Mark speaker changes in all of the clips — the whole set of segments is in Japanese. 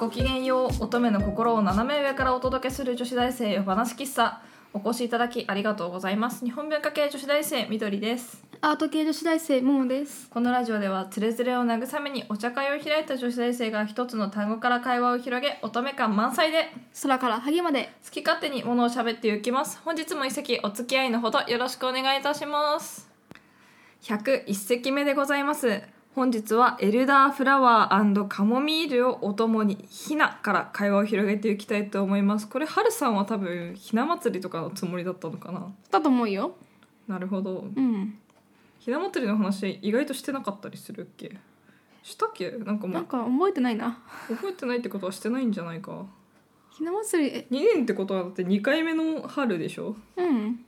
Speaker 1: ごきげんよう乙女の心を斜め上からお届けする女子大生夜話喫茶お越しいただきありがとうございます日本文化系女子大生みどりです
Speaker 2: アート系女子大生ももです
Speaker 1: このラジオではつれづれを慰めにお茶会を開いた女子大生が一つの単語から会話を広げ乙女感満載で
Speaker 2: 空からハゲまで
Speaker 1: 好き勝手にものを喋っていきます本日も一席お付き合いのほどよろしくお願いいたします101席目でございます本日はエルダーフラワーカモミールをお供にひなから会話を広げていきたいと思いますこれはるさんは多分ひな祭りとかのつもりだったのかな
Speaker 2: だと思うよ
Speaker 1: なるほど
Speaker 2: うん
Speaker 1: ひな祭りの話意外としてなかったりするっけしたっけなんかも
Speaker 2: なん
Speaker 1: う
Speaker 2: か覚えてないな
Speaker 1: 覚えてないってことはしてないんじゃないか
Speaker 2: ひな祭りえ
Speaker 1: 2年ってことはだって2回目の春でしょ
Speaker 2: うん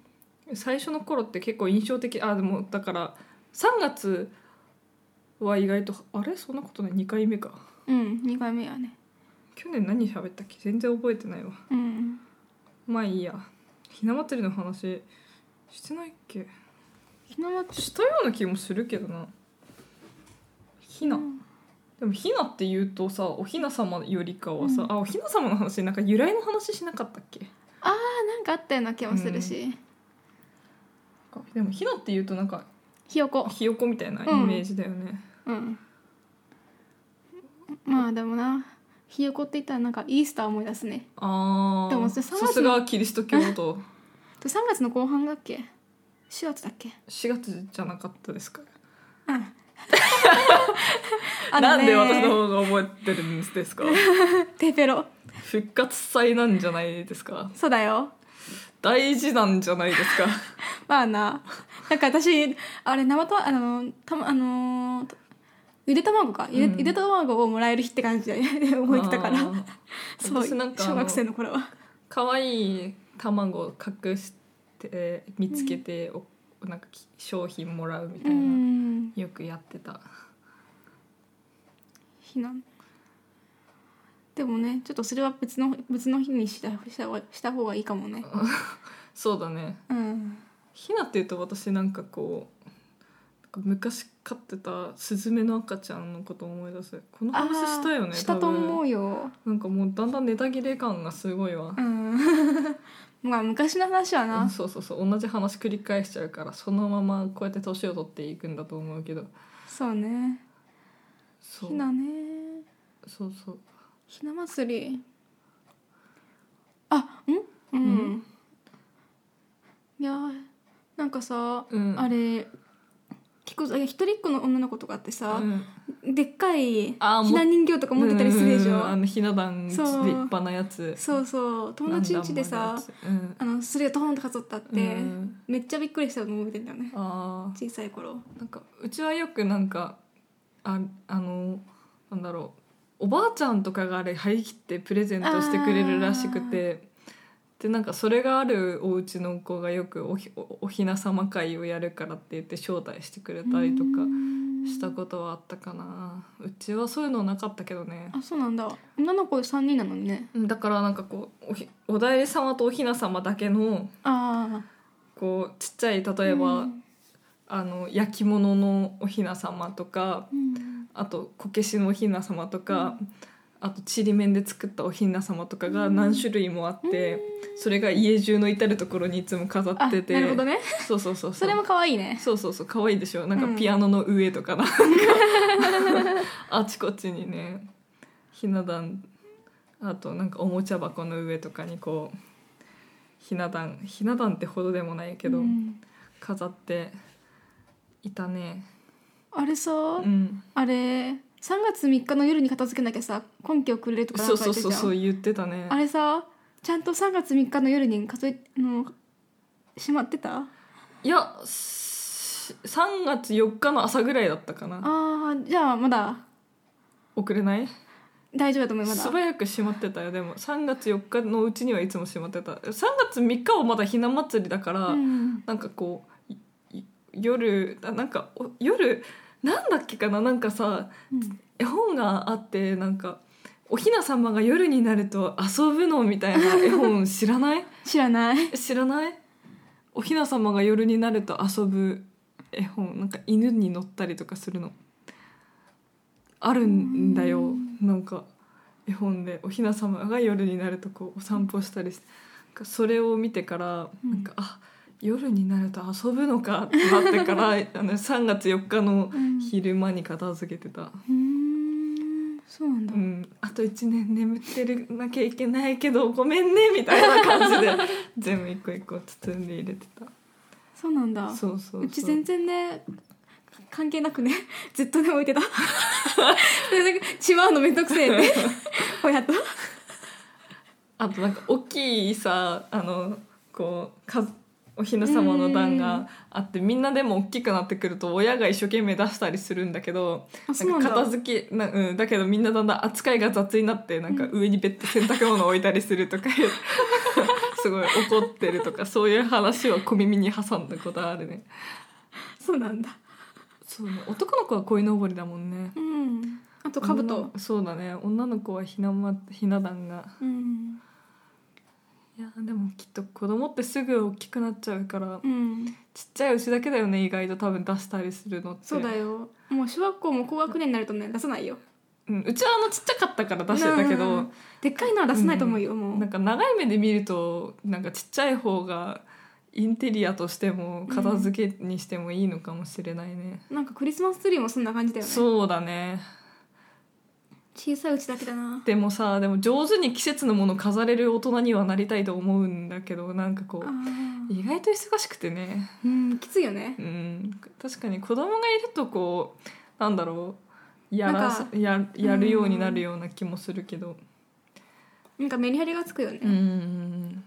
Speaker 1: 最初の頃って結構印象的あでもだから3月は意外とあれそんなことない2回目か
Speaker 2: うん2回目やね
Speaker 1: 去年何喋ったっけ全然覚えてないわ
Speaker 2: うん
Speaker 1: まあいいやひな祭りの話してないっけ
Speaker 2: ひな祭
Speaker 1: したような気もするけどなひ
Speaker 2: り
Speaker 1: な、
Speaker 2: うん
Speaker 1: でもひなって言うとさおひな様よりかはさ、
Speaker 2: うん
Speaker 1: あおひな様の話なんか由来の話しなかったっけ
Speaker 2: あなんかあったような気もするし、
Speaker 1: でもひなって言うとなんか
Speaker 2: ひよこ
Speaker 1: ひよこみたいなイメージだよね、
Speaker 2: うんまあでもなひよこって言ったらなんかイースター思い出すね
Speaker 1: あ
Speaker 2: で
Speaker 1: あ
Speaker 2: もそ
Speaker 1: さ
Speaker 2: れ3月の
Speaker 1: すがキリスト教徒
Speaker 2: と3月の後半だっけ4月だっけ
Speaker 1: 4月じゃなかったですか
Speaker 2: うん あ
Speaker 1: な
Speaker 2: のね
Speaker 1: んで私の方が覚えてるんです か
Speaker 2: テペロ
Speaker 1: 復活祭なんじゃないですか
Speaker 2: そうだよ
Speaker 1: 大事なんじゃないですか
Speaker 2: まあな。なんか私、あれ、生と、あの、たま、あのーとゆで卵か。ゆで,、
Speaker 1: うん
Speaker 2: ゆで卵をもらえる日って感じで 覚えてたから。
Speaker 1: あー
Speaker 2: そう、
Speaker 1: 私なんかあの
Speaker 2: 小学生の頃は。
Speaker 1: 可愛い卵を隠して見つけて、おなんかき商品もらうみた
Speaker 2: う
Speaker 1: いな、
Speaker 2: ん。
Speaker 1: よくやってた
Speaker 2: 避難。でもね、ちょっとそれは別の、別の日にした、した方が、した方がいいかもね。
Speaker 1: そうだね
Speaker 2: うん。
Speaker 1: ひなっていうと私なんかこうなんか昔飼ってたスズメの赤ちゃんのことを思い出すこの話したよ
Speaker 2: あ
Speaker 1: ね
Speaker 2: ーしたと思
Speaker 1: 多分
Speaker 2: うよ。
Speaker 1: なんかもうだんだんネタ切れ感がすごいわ
Speaker 2: う、ん。 まあ、昔の話は
Speaker 1: うん
Speaker 2: な。
Speaker 1: そうそうそう同じ話繰り返しちゃうからそのままこうやって年を取っていくんだと思うけど
Speaker 2: そうね。
Speaker 1: そ
Speaker 2: 避
Speaker 1: う
Speaker 2: 難ね。
Speaker 1: そうそう
Speaker 2: ひな祭りあんうん、
Speaker 1: うん
Speaker 2: いやーなんかさ、
Speaker 1: うん
Speaker 2: あれ結構あ一人っ子の女の子とかってさ
Speaker 1: う、ん
Speaker 2: でっかいひ
Speaker 1: あーも
Speaker 2: な人形とか持ってたりするでし
Speaker 1: うん
Speaker 2: ょ、
Speaker 1: うんうんあのひな壇立
Speaker 2: そう
Speaker 1: 派なやつ
Speaker 2: そうそう友達ん家でさ
Speaker 1: 何段もあるや
Speaker 2: あのそれがドーンと飾ってあって、
Speaker 1: うん
Speaker 2: めっちゃびっくりしたの覚えてんだよね
Speaker 1: つうん、あ
Speaker 2: 小さい頃
Speaker 1: ーなんかうちはよくなんかああのなんだろうおばあちゃんとかがあれ張り切ってプレゼントしてくれるらしくてでなんかそれがあるお家の子がよくおひおおひな様会をやるからって言って招待してくれたりとか
Speaker 2: うん
Speaker 1: したことはあったかなうちはそういうのなかったけどね
Speaker 2: あそうなんだ女の子3人なのにね
Speaker 1: うんだからなんかこうおひおだいり様とおひな様だけの
Speaker 2: あ
Speaker 1: こうちっちゃい例
Speaker 2: あ
Speaker 1: えば、あの焼き物のおひな様とか
Speaker 2: うん
Speaker 1: あとこけしのおひな様とか、あとちりめんで作ったおひな様とかが
Speaker 2: うん
Speaker 1: 何種類もあって、それが家中の至る所にいつも飾
Speaker 2: あ
Speaker 1: ってて
Speaker 2: なるほどね
Speaker 1: そうそうそうう
Speaker 2: それも可愛いね
Speaker 1: そうそうそう可愛いでしょなんか
Speaker 2: うん
Speaker 1: ピアノの上とか なんか、あちこちにねひな壇あとなんかおもちゃ箱の上とかにこうひな壇ひな壇ってほどでもないけど、
Speaker 2: うん
Speaker 1: 飾っていたね
Speaker 2: あれさ、
Speaker 1: うん
Speaker 2: あれ3月3日の夜に片付けなきゃさ根拠をくれるとか
Speaker 1: そ
Speaker 2: な
Speaker 1: うん
Speaker 2: か
Speaker 1: そ
Speaker 2: 言
Speaker 1: う
Speaker 2: って
Speaker 1: そ
Speaker 2: た
Speaker 1: う
Speaker 2: じ
Speaker 1: そ
Speaker 2: ゃん
Speaker 1: う言ってたね
Speaker 2: あれさちゃんと3月3日の夜に数えあのしまってた
Speaker 1: いやす3月4日の朝ぐらいだったかな
Speaker 2: あーじゃあまだ
Speaker 1: 遅れない、
Speaker 2: 大丈夫だと思うまだ
Speaker 1: 素早く閉まってたよでも3月4日のうちにはいつも閉まってた3月3日はまだひな祭りだから、
Speaker 2: うん
Speaker 1: なんかこういい夜あなんかお夜なんだっけかななんかさ
Speaker 2: うん
Speaker 1: 絵本があってなんかおひな様が夜になると遊ぶのみたいな絵本知らない
Speaker 2: 知らない
Speaker 1: え知らないおひな様が夜になると遊ぶ絵本なんか犬に乗ったりとかするのあるんだよなんかえ絵本でお雛様が夜になるとこうお散歩したりしてなんかそれを見てから
Speaker 2: うん
Speaker 1: なんか、あ夜になると遊ぶのかってなってから あの3月4日の
Speaker 2: うん
Speaker 1: 昼間に片付けてた、
Speaker 2: うーんそうなんだ、
Speaker 1: うん、あと1年眠ってるなきゃいけないけどごめんねみたいな感じで全部一個一個包んで入れて
Speaker 2: そうなんだ
Speaker 1: たそうそうそう
Speaker 2: うち全然ねか関係なくね ずっとね置 いてたそれでしまうのめんどくせえって親と
Speaker 1: あとなんか大きいさあのこうかお雛様の段があってみんなでも大きくなってくると親が一生懸命出したりするんだけど
Speaker 2: あそうな
Speaker 1: なんん
Speaker 2: だ
Speaker 1: か片付けな、うん、だけどみんなだんだん扱いが雑になってなんか上にベッド洗濯物置いたりするとかいうすごい怒ってるとかそういう話は小耳に挟んだことあるね。
Speaker 2: そうなんだ
Speaker 1: そうね男の子は鯉のぼりだもんね。
Speaker 2: うんあとかぶと
Speaker 1: 女そうだね女の子はひな,、ま、ひな壇が
Speaker 2: うん
Speaker 1: いやでもきっと子供ってすぐ大きくなっちゃうから、
Speaker 2: うん
Speaker 1: ちっちゃいうちだけだよね意外と多分出したりするのって
Speaker 2: そうだよもう小学校も高学年になるとね出さないよ
Speaker 1: うん、うちはあのちっちゃかったから出してたけ
Speaker 2: うんうんう
Speaker 1: ど
Speaker 2: んでっかいのは出さないと思うよ、もう
Speaker 1: なんか長い目で見るとなんかちっちゃい方がインテリアとしても片付けにしてもいいのかもしれないね、
Speaker 2: なんかクリスマスツリーもそんな感じだよね
Speaker 1: そうだね
Speaker 2: 小さいうちだけだな
Speaker 1: でもさでも上手に季節のもの飾れる大人にはなりたいと思うんだけどなんかこ
Speaker 2: あ
Speaker 1: う
Speaker 2: ー
Speaker 1: 意外と忙しくてね
Speaker 2: うんきついよね
Speaker 1: うん、確かに子供がいるとこうなんだろうやら
Speaker 2: なん
Speaker 1: ややるようになるような気もするけど
Speaker 2: なんかメリハリがつくよね、
Speaker 1: うん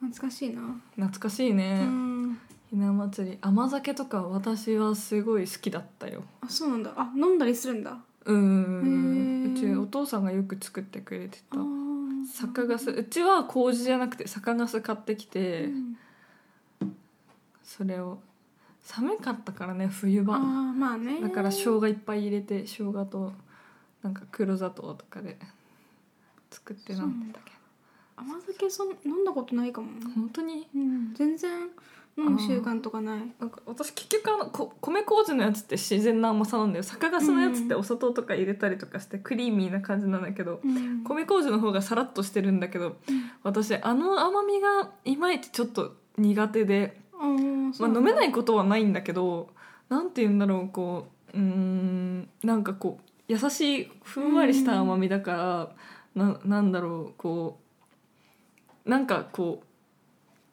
Speaker 2: 懐かしいな
Speaker 1: 懐かしいうね、
Speaker 2: ん
Speaker 1: ひな祭り甘酒とか私はすごい好きだったよ
Speaker 2: あそうなんだあ飲んだりするんだ
Speaker 1: うん
Speaker 2: へ
Speaker 1: う
Speaker 2: ー
Speaker 1: ちお父さんがよく作ってくれて
Speaker 2: あ
Speaker 1: た
Speaker 2: ー
Speaker 1: 酒粕うちは麹じゃなくて酒粕買ってきて、
Speaker 2: うん
Speaker 1: それを寒かったからね冬
Speaker 2: あー
Speaker 1: 場
Speaker 2: まあね
Speaker 1: だから生姜いっぱい入れて生姜となんか黒砂糖とかで作ってなってたけ
Speaker 2: 甘酒そん飲んだことないかも、
Speaker 1: ど本当に
Speaker 2: うん、全然飲む習慣とかない
Speaker 1: なんか私結局あのこ米麹のやつって自然な甘さなんだよ酒粕のやつってお砂糖とか入れたりとかしてクリーミーな感じなんだけど、
Speaker 2: うん
Speaker 1: 米麹の方がさらっとしてるんだけど
Speaker 2: うん
Speaker 1: 私あの甘みがいまいちちょっと苦手で、
Speaker 2: あ
Speaker 1: まあ、飲めないいことはないんだけどなんて言うんだろうこううーんなんかこう優しいふんわりした甘みだから、ななんだろうこうなんかこ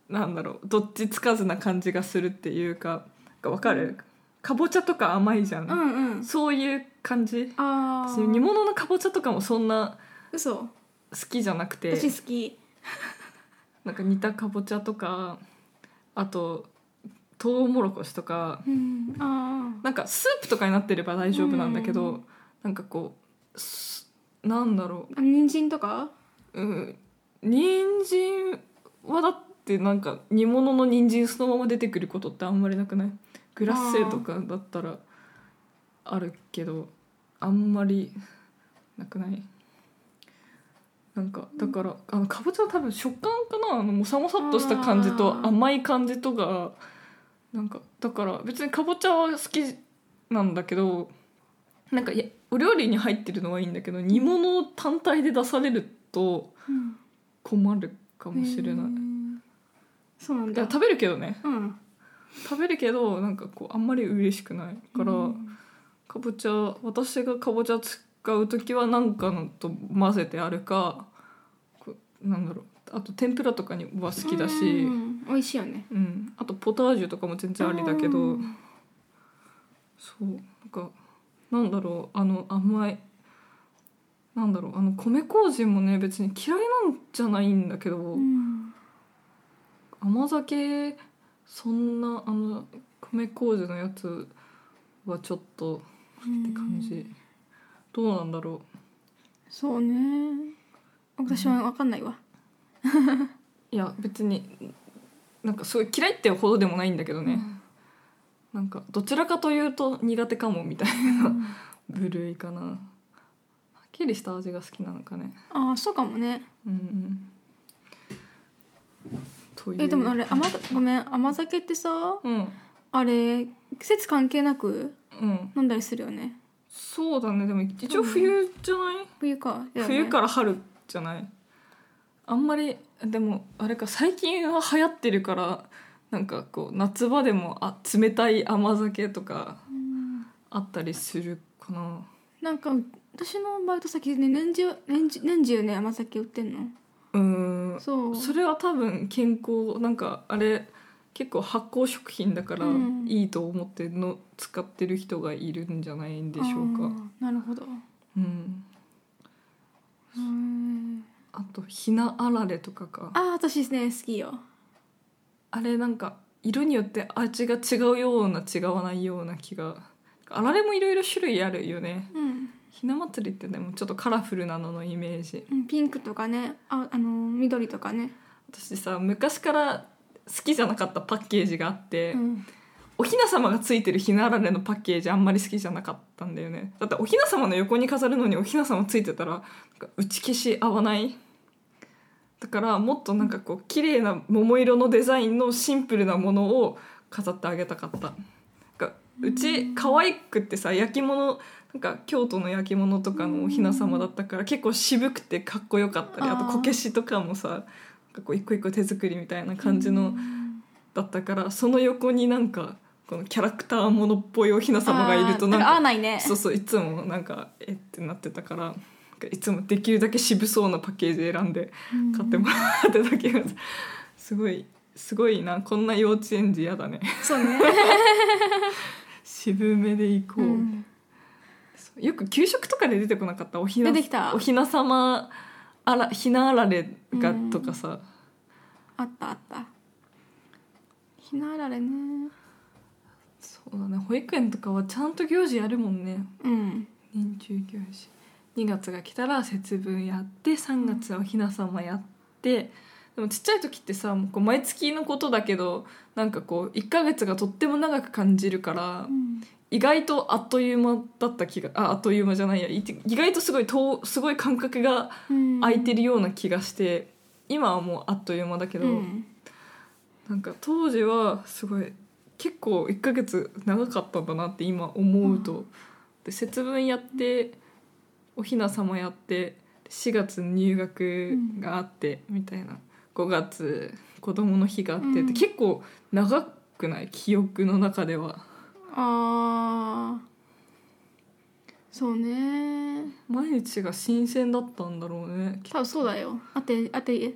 Speaker 1: うなんだろうどっちつかずな感じがするっていうかなんかわかる、
Speaker 2: うん
Speaker 1: かぼちゃとか甘いじゃん、
Speaker 2: うんうん
Speaker 1: そういう感じ
Speaker 2: あ
Speaker 1: 私
Speaker 2: あ
Speaker 1: 煮物のかぼちゃとかもそんな
Speaker 2: 嘘
Speaker 1: 好きじゃなくて
Speaker 2: 私好き
Speaker 1: なんか煮たかぼちゃとかあとトウモロコシとか
Speaker 2: うんああ
Speaker 1: なんかスープとかになってれば大丈夫なんだけど、
Speaker 2: うん
Speaker 1: なんかこうすなんだろ
Speaker 2: あ人参とか
Speaker 1: ううん人参はだってなんか煮物の人参そのまま出てくることってあんまりなくないグラッセとかだったらあるけどあんまりなくないなんかだから、あのかぼちゃは多分食感かなあのもさもさっとした感じ
Speaker 2: あ
Speaker 1: と
Speaker 2: ー
Speaker 1: 甘い感じとがなんかだから別にかぼちゃは好きなんだけどなんかいやお料理に入ってるのはいいんだけど煮物単体で出されると困るか
Speaker 2: か
Speaker 1: もしれない、
Speaker 2: そうなん
Speaker 1: だ
Speaker 2: だ
Speaker 1: から食べるけどね
Speaker 2: うん
Speaker 1: 食べるけどなんかこうあんまり嬉しくないから、
Speaker 2: うん
Speaker 1: かぼちゃ私がかぼちゃ使う時は何かのと混ぜてあるかこうなんだろうあと天ぷらとかには好きだし、
Speaker 2: う
Speaker 1: うん
Speaker 2: ん美味しいよね
Speaker 1: あとポタージュとかも全然ありだけど、
Speaker 2: うん
Speaker 1: そうなんかなんだろうあの甘いなんだろうあの米麹もね別に嫌いなんじゃないんだけど、
Speaker 2: うん
Speaker 1: 甘酒そんなあの米麹のやつはちょっとって感じ、どうなんだろう
Speaker 2: そうね私は分かんないわ
Speaker 1: いや別になんかすごい嫌いってほどでもないんだけどね、なんかどちらかというと苦手かもみたいな部類かなはっきりした味が好きなのかね
Speaker 2: ああそうかもね
Speaker 1: うんうんという
Speaker 2: えでもあれ甘酒ごめん甘酒ってさ
Speaker 1: うん
Speaker 2: あれ季節関係なく
Speaker 1: うん
Speaker 2: 飲んだりするよね
Speaker 1: そうだねでも一応冬じゃない、
Speaker 2: 冬か、だよね
Speaker 1: 冬から春じゃないあんまりでもあれか最近は流行ってるからなんかこう夏場でもあ冷たい甘酒とか
Speaker 2: うん
Speaker 1: あったりするかな
Speaker 2: なんか私のバイト先でね年中年中年中ね甘酒売ってんの
Speaker 1: うーん
Speaker 2: そう
Speaker 1: それは多分健康なんかあれ結構発酵食品だから
Speaker 2: うん
Speaker 1: いいと思っての使ってる人がいるんじゃないんでしょうか
Speaker 2: あーなるほど
Speaker 1: うん
Speaker 2: うん
Speaker 1: あとひなあられとかか
Speaker 2: あー私ね好きよ
Speaker 1: あれなんか色によって味が違うような違わないような気があられもいろいろ種類あるよね
Speaker 2: うん、
Speaker 1: ひな祭りってでもちょっとカラフルなののイメージ
Speaker 2: うん、ピンクとかねああの緑とかね、
Speaker 1: 私さ昔から好きじゃなかったパッケージがあって、
Speaker 2: うん、
Speaker 1: おひな様がついてるひなあられのパッケージあんまり好きじゃなかったんだよねだっておひな様の横に飾るのにおひな様ついてたらなんか打ち消し合わないだからもっとなんかこう綺麗な桃色のデザインのシンプルなものを飾ってあげたかったなんかうち可愛くってさ焼き物なんか京都の焼き物とかのおひな様だったから結構渋くてかっこよかったりあと
Speaker 2: あー
Speaker 1: こけしとかもさなんかこう一個一個手作りみたいな感じの、
Speaker 2: うん
Speaker 1: だったからその横になんかこのキャラクターものっぽいおひな様がいるとなん
Speaker 2: あー合わ
Speaker 1: か
Speaker 2: ないね
Speaker 1: そうそういつもなんかえってなってたからなんかいつもできるだけ渋そうなパッケージ選んで
Speaker 2: うん
Speaker 1: 買ってもらってた気がするすごいすごいなこんな幼稚園児やだね
Speaker 2: そうね、
Speaker 1: 渋めで行こ
Speaker 2: う
Speaker 1: う、
Speaker 2: ん、
Speaker 1: そうよく給食とかで出てこなかったおひな
Speaker 2: 出てきた
Speaker 1: おひな様あらひなあられが
Speaker 2: うん
Speaker 1: とかさ
Speaker 2: あったあったひなあられね
Speaker 1: そうだね保育園とかはちゃんと行事やるもんね
Speaker 2: うん
Speaker 1: 年中行事2月が来たら節分やって3月はおひな様やって、でもちっちゃい時ってさもうこう毎月のことだけどなんかこう1ヶ月がとっても長く感じるから、
Speaker 2: うん
Speaker 1: 意外とあっという間だった気がああっという間じゃないやい意外とすごい遠すごい感覚が
Speaker 2: うん
Speaker 1: 空いてるような気がして、今はもうあっという間だけど、
Speaker 2: うん
Speaker 1: なんか当時はすごい結構1ヶ月長かったんだなって今思うと、で節分やっておひな様やって4月入学があってみたいな、5月子供の日があってって、
Speaker 2: うん
Speaker 1: 結構長くない記憶の中では
Speaker 2: ああそうね
Speaker 1: 毎日が新鮮だったんだろうね
Speaker 2: 多分そうだよあってあって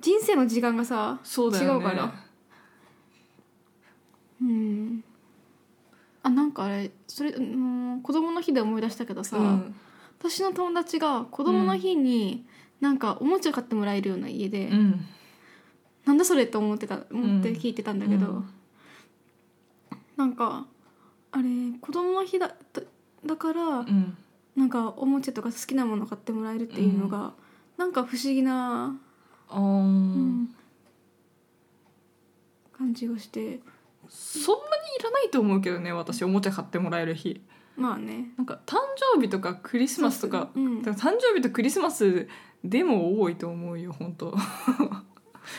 Speaker 2: 人生の時間がさ
Speaker 1: そうだよね
Speaker 2: 違うからうんあなんかあれそれ、うん、子供の日で思い出したけどさ、
Speaker 1: うん
Speaker 2: 私の友達が子供の日になんかおもちゃ買ってもらえるような家で、
Speaker 1: うん
Speaker 2: なんだそれって思ってた思って
Speaker 1: うん
Speaker 2: 聞いてたんだけど、
Speaker 1: うん
Speaker 2: なんかあれ子供の日だだだから、
Speaker 1: うん
Speaker 2: なんかおもちゃとか好きなもの買ってもらえるっていうのが、なんか不思議な、
Speaker 1: あー
Speaker 2: 感じがして
Speaker 1: そんなにいらないと思うけどね私おもちゃ買ってもらえる日
Speaker 2: まあね
Speaker 1: なんか誕生日とかクリスマスとか,、
Speaker 2: うん、い
Speaker 1: だから誕生日とクリスマスでも多いと思うよ本当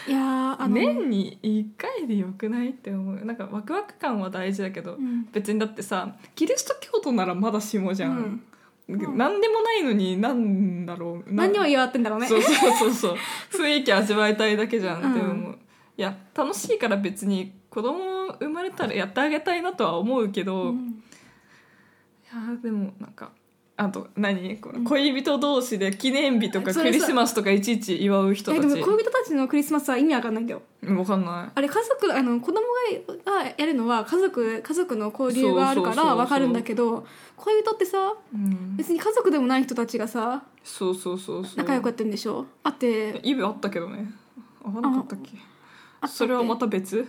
Speaker 2: やーあの、
Speaker 1: 年に1回でよくないって思うなんかワクワク感は大事だけど、
Speaker 2: うん、
Speaker 1: 別にだってさキリスト教徒ならまだしもじゃん、
Speaker 2: うん
Speaker 1: 何でもないのになんだろうな
Speaker 2: 何を祝ってんだろうね
Speaker 1: そうそうそうそう雰囲気味わいたいだけじゃんって思う、
Speaker 2: う
Speaker 1: いや楽しいから別に子供生まれたらやってあげたいなとは思うけど、
Speaker 2: うん
Speaker 1: いやーでもなんかあと何この
Speaker 2: うん
Speaker 1: 恋人同士で記念日とか
Speaker 2: そ
Speaker 1: ク
Speaker 2: れさ
Speaker 1: リスマスとかいちいち祝う人
Speaker 2: え
Speaker 1: た
Speaker 2: でも
Speaker 1: ち
Speaker 2: 恋人たちのクリスマスは意味わかんないんだよ
Speaker 1: 分かんな
Speaker 2: あれ家族あの子供ががやるのは家族家族の交流があるか
Speaker 1: そうそうそうそ
Speaker 2: ら
Speaker 1: う
Speaker 2: わかるんだけど恋人ってさ
Speaker 1: い、うん、
Speaker 2: 別に家族でもない人たちがさ
Speaker 1: そうそうそうそう
Speaker 2: 仲良くやってるんでしょあって
Speaker 1: イブあったけどね合わなかったっけ
Speaker 2: あ
Speaker 1: それはま
Speaker 2: た
Speaker 1: た別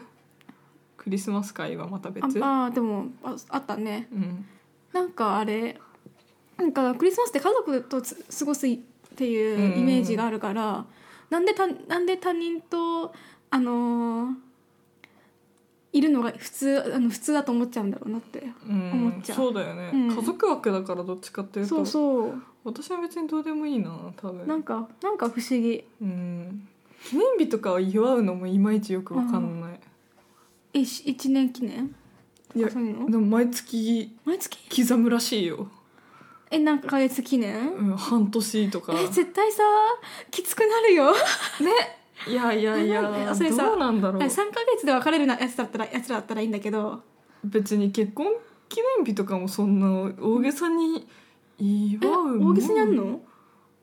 Speaker 1: クリスマス会はまた
Speaker 2: あ
Speaker 1: 別
Speaker 2: あでもああったね
Speaker 1: うん
Speaker 2: なんかあれなんかクリスマスって家族とつ過ごすっていうイメージがあるから、なんでたなんで他人とあのーいるのが普通あの普通だと思っちゃうんだろうなって
Speaker 1: うん
Speaker 2: 思っちゃう
Speaker 1: そうだよね、
Speaker 2: うん
Speaker 1: 家族枠だからどっちかっていうと
Speaker 2: そうそう
Speaker 1: 私は別にどうでもいいな多分
Speaker 2: なんかなんか不思議
Speaker 1: うん記念日とかを祝うのもいまいちよく分かんない、
Speaker 2: いし一年記念
Speaker 1: いや
Speaker 2: そういうの
Speaker 1: でも毎月
Speaker 2: 毎月
Speaker 1: 刻むらしいよ
Speaker 2: え何ヶ月記念
Speaker 1: うん、半年とかね
Speaker 2: え絶対さきつくなるよ
Speaker 1: いやいやい
Speaker 2: なんだ
Speaker 1: や
Speaker 2: よそれさ
Speaker 1: どうなんだろ う
Speaker 2: 3ヶ月で別れるなやつだったらやつだったらいいんだけど
Speaker 1: 別に結婚記念日とかもそんな大げさに
Speaker 2: え
Speaker 1: 祝うも
Speaker 2: 大げさにやんの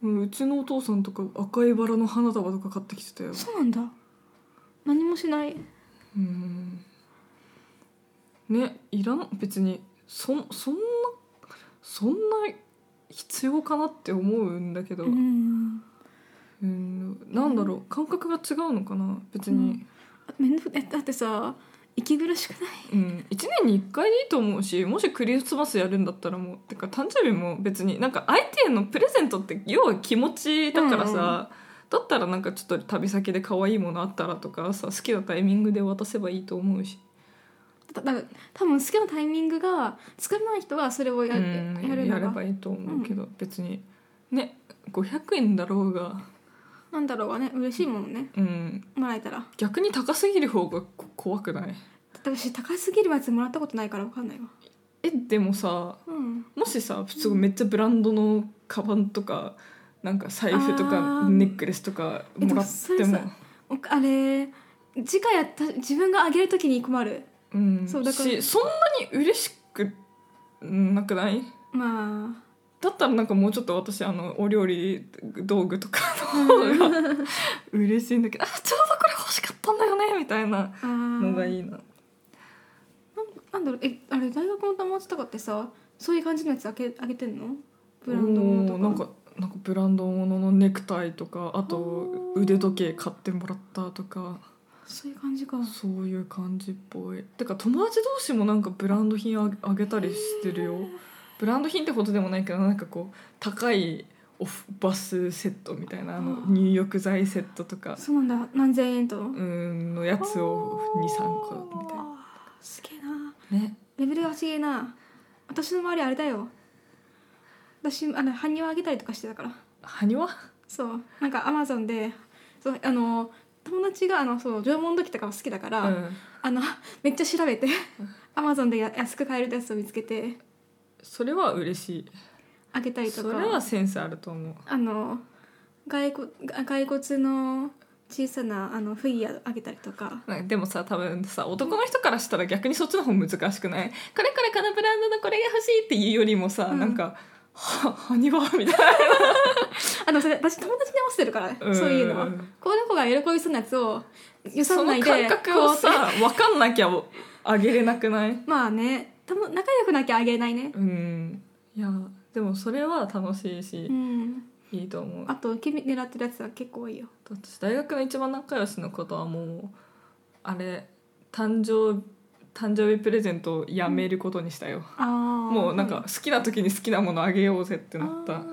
Speaker 1: うんうちのお父さんとか赤いバラの花束とか買ってきてたよ
Speaker 2: そうなんだ何もしない
Speaker 1: うんねいらん別にそそんなそんな必要かなって思うんだけど、
Speaker 2: うん
Speaker 1: うんなんだろう感覚が違うのかな別に、
Speaker 2: めんどくえだってさ息苦しくない
Speaker 1: うん1年に1回でいいと思うしもしクリスマスやるんだったらもうてか誕生日も別になんか相手へのプレゼントって要は気持ちだからさ、だったらなんかちょっと旅先で可愛いものあったらとかさ好きなタイミングで渡せばいいと思うし
Speaker 2: だだ多分好きなタイミングが作れない人はそれをや,、
Speaker 1: うん
Speaker 2: やる
Speaker 1: やれ
Speaker 2: の
Speaker 1: ば
Speaker 2: が
Speaker 1: いいと思うけど、別にね500円だろうが、
Speaker 2: なんだろうがね嬉しいもんね
Speaker 1: うん、
Speaker 2: もらえたら
Speaker 1: 逆に高すぎる方がこ怖くない
Speaker 2: 私高すぎるやつもらったことないから分かんないわ
Speaker 1: えでもさ
Speaker 2: うん
Speaker 1: もしさすごいめっちゃブランドのカバンとかなんか財布と
Speaker 2: あ
Speaker 1: か
Speaker 2: ー
Speaker 1: ネックレスとか
Speaker 2: えで
Speaker 1: も
Speaker 2: も
Speaker 1: らっ
Speaker 2: そ
Speaker 1: て
Speaker 2: れ
Speaker 1: も
Speaker 2: さおあれ次回やった自分があげるときに困る
Speaker 1: うん
Speaker 2: そうだから
Speaker 1: しそんなに嬉しくなくない
Speaker 2: まあ
Speaker 1: だったらなんかもうちょっと私あのお料理道具とかの方が 嬉しいんだけどあちょうどこれ欲しかったんだよねみたいな
Speaker 2: あー
Speaker 1: のがいいな
Speaker 2: なんだろうえあれ大学の友達とかってさそういう感じのやつあげあげてんの
Speaker 1: ブ
Speaker 2: ブランドものとか
Speaker 1: なんかなんかブランドもののネクタイとかあと
Speaker 2: おー
Speaker 1: 腕時計買ってもらったとか
Speaker 2: そういう感じか
Speaker 1: そういう感じっぽいてか友達同士もなんかブランド品ああげたりしてるよブランド品ってことでもないけどなんかこう高いオフバスセットみたいなあ
Speaker 2: あ
Speaker 1: の
Speaker 2: ー
Speaker 1: 入浴剤セットとか
Speaker 2: そうなんだ何千円と
Speaker 1: うーんのやつを23個みたいな
Speaker 2: あーすげえな
Speaker 1: ね
Speaker 2: レベルが違えな私の周りあれだよ私あの埴輪あげたりとかしてたから
Speaker 1: 埴輪
Speaker 2: そうなんかアマゾンでそうあの友達があのそう縄文土器とかが好きだから、
Speaker 1: うん
Speaker 2: あのめっちゃ調べてアマゾンでや安く買えるやつを見つけて
Speaker 1: それは嬉し
Speaker 2: あげた
Speaker 1: い
Speaker 2: りと
Speaker 1: それは
Speaker 2: か
Speaker 1: センスあると思う
Speaker 2: あの骸骨骸骨の小さなあのフィギュアあげたりとか
Speaker 1: なんかでもさ多分さ男の人からしたら逆にそっちの方難しくないこれこれこのブランドのこれが欲しいっていうよりもさ、
Speaker 2: うん
Speaker 1: なんか「は埴輪」みたいな
Speaker 2: あのそれ私友達に合わせてるから、
Speaker 1: うん
Speaker 2: そういうのはこの子が喜びそうなやつを予
Speaker 1: そ
Speaker 2: 算
Speaker 1: の
Speaker 2: 内で
Speaker 1: 感覚を
Speaker 2: こう
Speaker 1: さ分かんなきゃあげれなくない
Speaker 2: まあねたも仲良くなきゃあげれないね
Speaker 1: うんいやでもそれは楽しいし、
Speaker 2: うん
Speaker 1: いいと思う
Speaker 2: あと君狙ってるやつは結構多いよ
Speaker 1: 私大学の一番仲良しのことはもうあれ誕生誕生日プレゼントをやめることにしたよ、
Speaker 2: あ
Speaker 1: もうなんか好きな時に好きなものあげようぜってなった、
Speaker 2: なる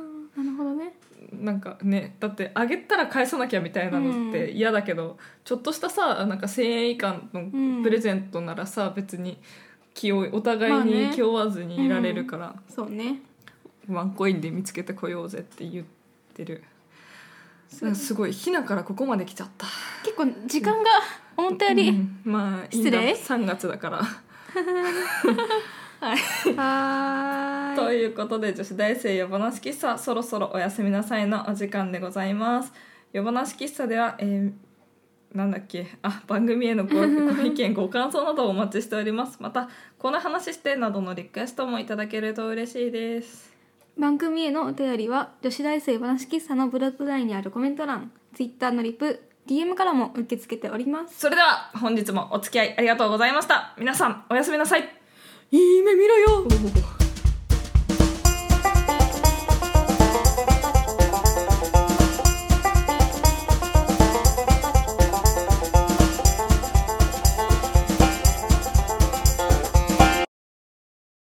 Speaker 2: ほどね
Speaker 1: なんかねだってあげたら返さなきゃみたいなのって
Speaker 2: うん
Speaker 1: 嫌だけど、ちょっとしたさなんか1,000円以下のプレゼントならさ、別に気をお互
Speaker 2: ま
Speaker 1: い
Speaker 2: あね
Speaker 1: に気負わずにいられるから、
Speaker 2: そうね
Speaker 1: ワンコインで見つけてこようぜって言ってる
Speaker 2: そ
Speaker 1: な
Speaker 2: うん
Speaker 1: かすごいひなからここまで来ちゃった
Speaker 2: 結構時間が思ったより、
Speaker 1: うんまあいい
Speaker 2: 失
Speaker 1: な
Speaker 2: 礼
Speaker 1: 3月だから。
Speaker 2: は
Speaker 1: と
Speaker 2: ーい
Speaker 1: いうことで女子大生夜話喫茶そろそろおやすみなさいのお時間でございます夜話喫茶では、えーなんだっけあ番組へのごご意見ご感想などをお待ちしておりますまたこの話してなどのリクエストもいただけると嬉しいです
Speaker 2: 番組へのお便りは女子大生話喫茶のブログ内にあるコメント欄 Twitter のリプ DM からも受け付けております
Speaker 1: それでは本日もお付き合いありがとうございました皆さんおやすみなさい
Speaker 2: いい夢見ろよ
Speaker 1: おお